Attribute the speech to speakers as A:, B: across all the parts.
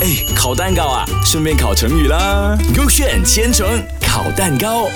A: 哎，烤蛋糕啊，顺便烤成语啦。勾选千层烤蛋糕，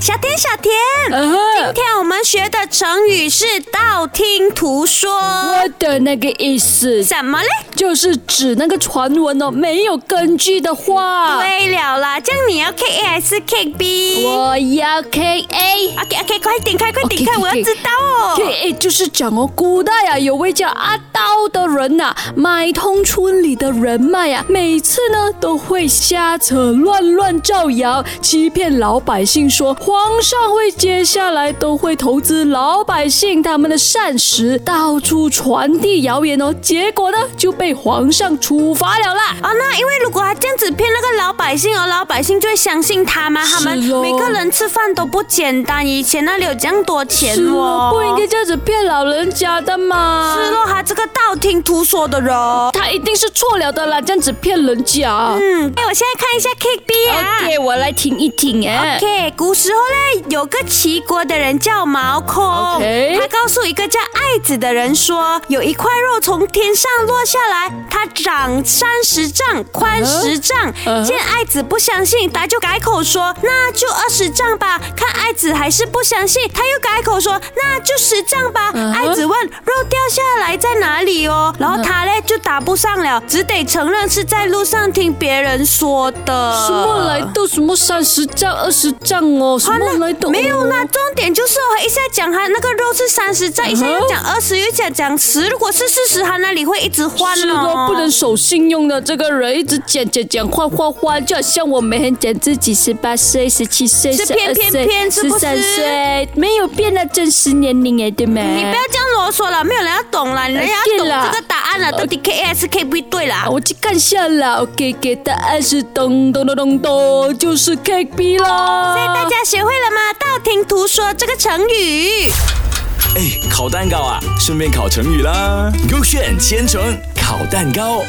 B: 小田，小田，
C: 呃
B: 今天我们学的成语是道听途说，
C: 我的那个意思
B: 什么嘞？
C: 就是指那个传闻哦，没有根据的话。
B: 对了啦，这样你要 K A 还是 K B？o
C: 啊我要 K A。
B: k OK，快点，快快点
C: OK，OK，
B: 看，我要
C: OK
B: 知道哦。
C: K A 就是讲哦，古代啊有位叫阿刀的人呐、买通村里的人脉啊，每次呢都会瞎扯乱乱造谣，欺骗老百姓说皇上会接下来都会投资老百姓他们的膳食，到处传递谣言哦，结果呢就被皇上处罚了啦。
B: 哦，那因为如果他这样子骗那个老百姓，哦，老百姓就会相信他嘛。他们
C: 是咯
B: 每个人吃饭都不简单，以前那里有这样多钱
C: 是
B: 哦啊
C: 哦，。不应该这样子骗老人家的嘛。
B: 是咯，他这个道听途说的人。
C: 他一定是错了的啦，这样子骗人家。
B: 嗯，哎，我现在看一下 K B 啊。
C: OK，我来听一听哎。
B: OK，古时候呢，有个齐国的人叫毛孔
C: OK
B: 他告诉一个叫爱子的人说，有一块肉从天上落下来，它长三十丈，宽十丈。
C: 嗯
B: 见爱子不相信，他就改口说，那就二十丈吧。看爱子还是不相信，他又改口说，那就十丈吧。
C: 嗯
B: 爱子问肉掉下来在哪里哦，然后他呢就答不上了，只得承认是在路上听别人说的。
C: 什么来都什么三十丈、二十丈哦，什
B: 啊，
C: 么来
B: 那
C: 都
B: 没有啦，重点就是哦，一下讲他那个肉是三十张，一下又讲二十，又讲讲十，如果是四十，他那里会一直换
C: 是
B: 哦
C: 哦，。不能守信用的这个人，一直讲讲讲，换换换，就好像我每天讲自己十八岁、十七岁、
B: 是
C: 十
B: 骗
C: 二
B: 骗
C: 岁、
B: 骗是
C: 十
B: 不是
C: 三岁，没有变到真实年龄哎，对吗？
B: 你不要这样啰嗦了，没有人要懂了，人家要懂
C: 哎对啦
B: 这个答案了，到底 K A 还是 K B 对啦
C: 啊，？我去看下了，OK，给答案是咚咚咚咚咚，就是 KB 啦。
B: 所以哎大家学会了吗？道听途说这个成语。
A: 哎，烤蛋糕啊，顺便烤成语啦。勾选千层烤蛋糕。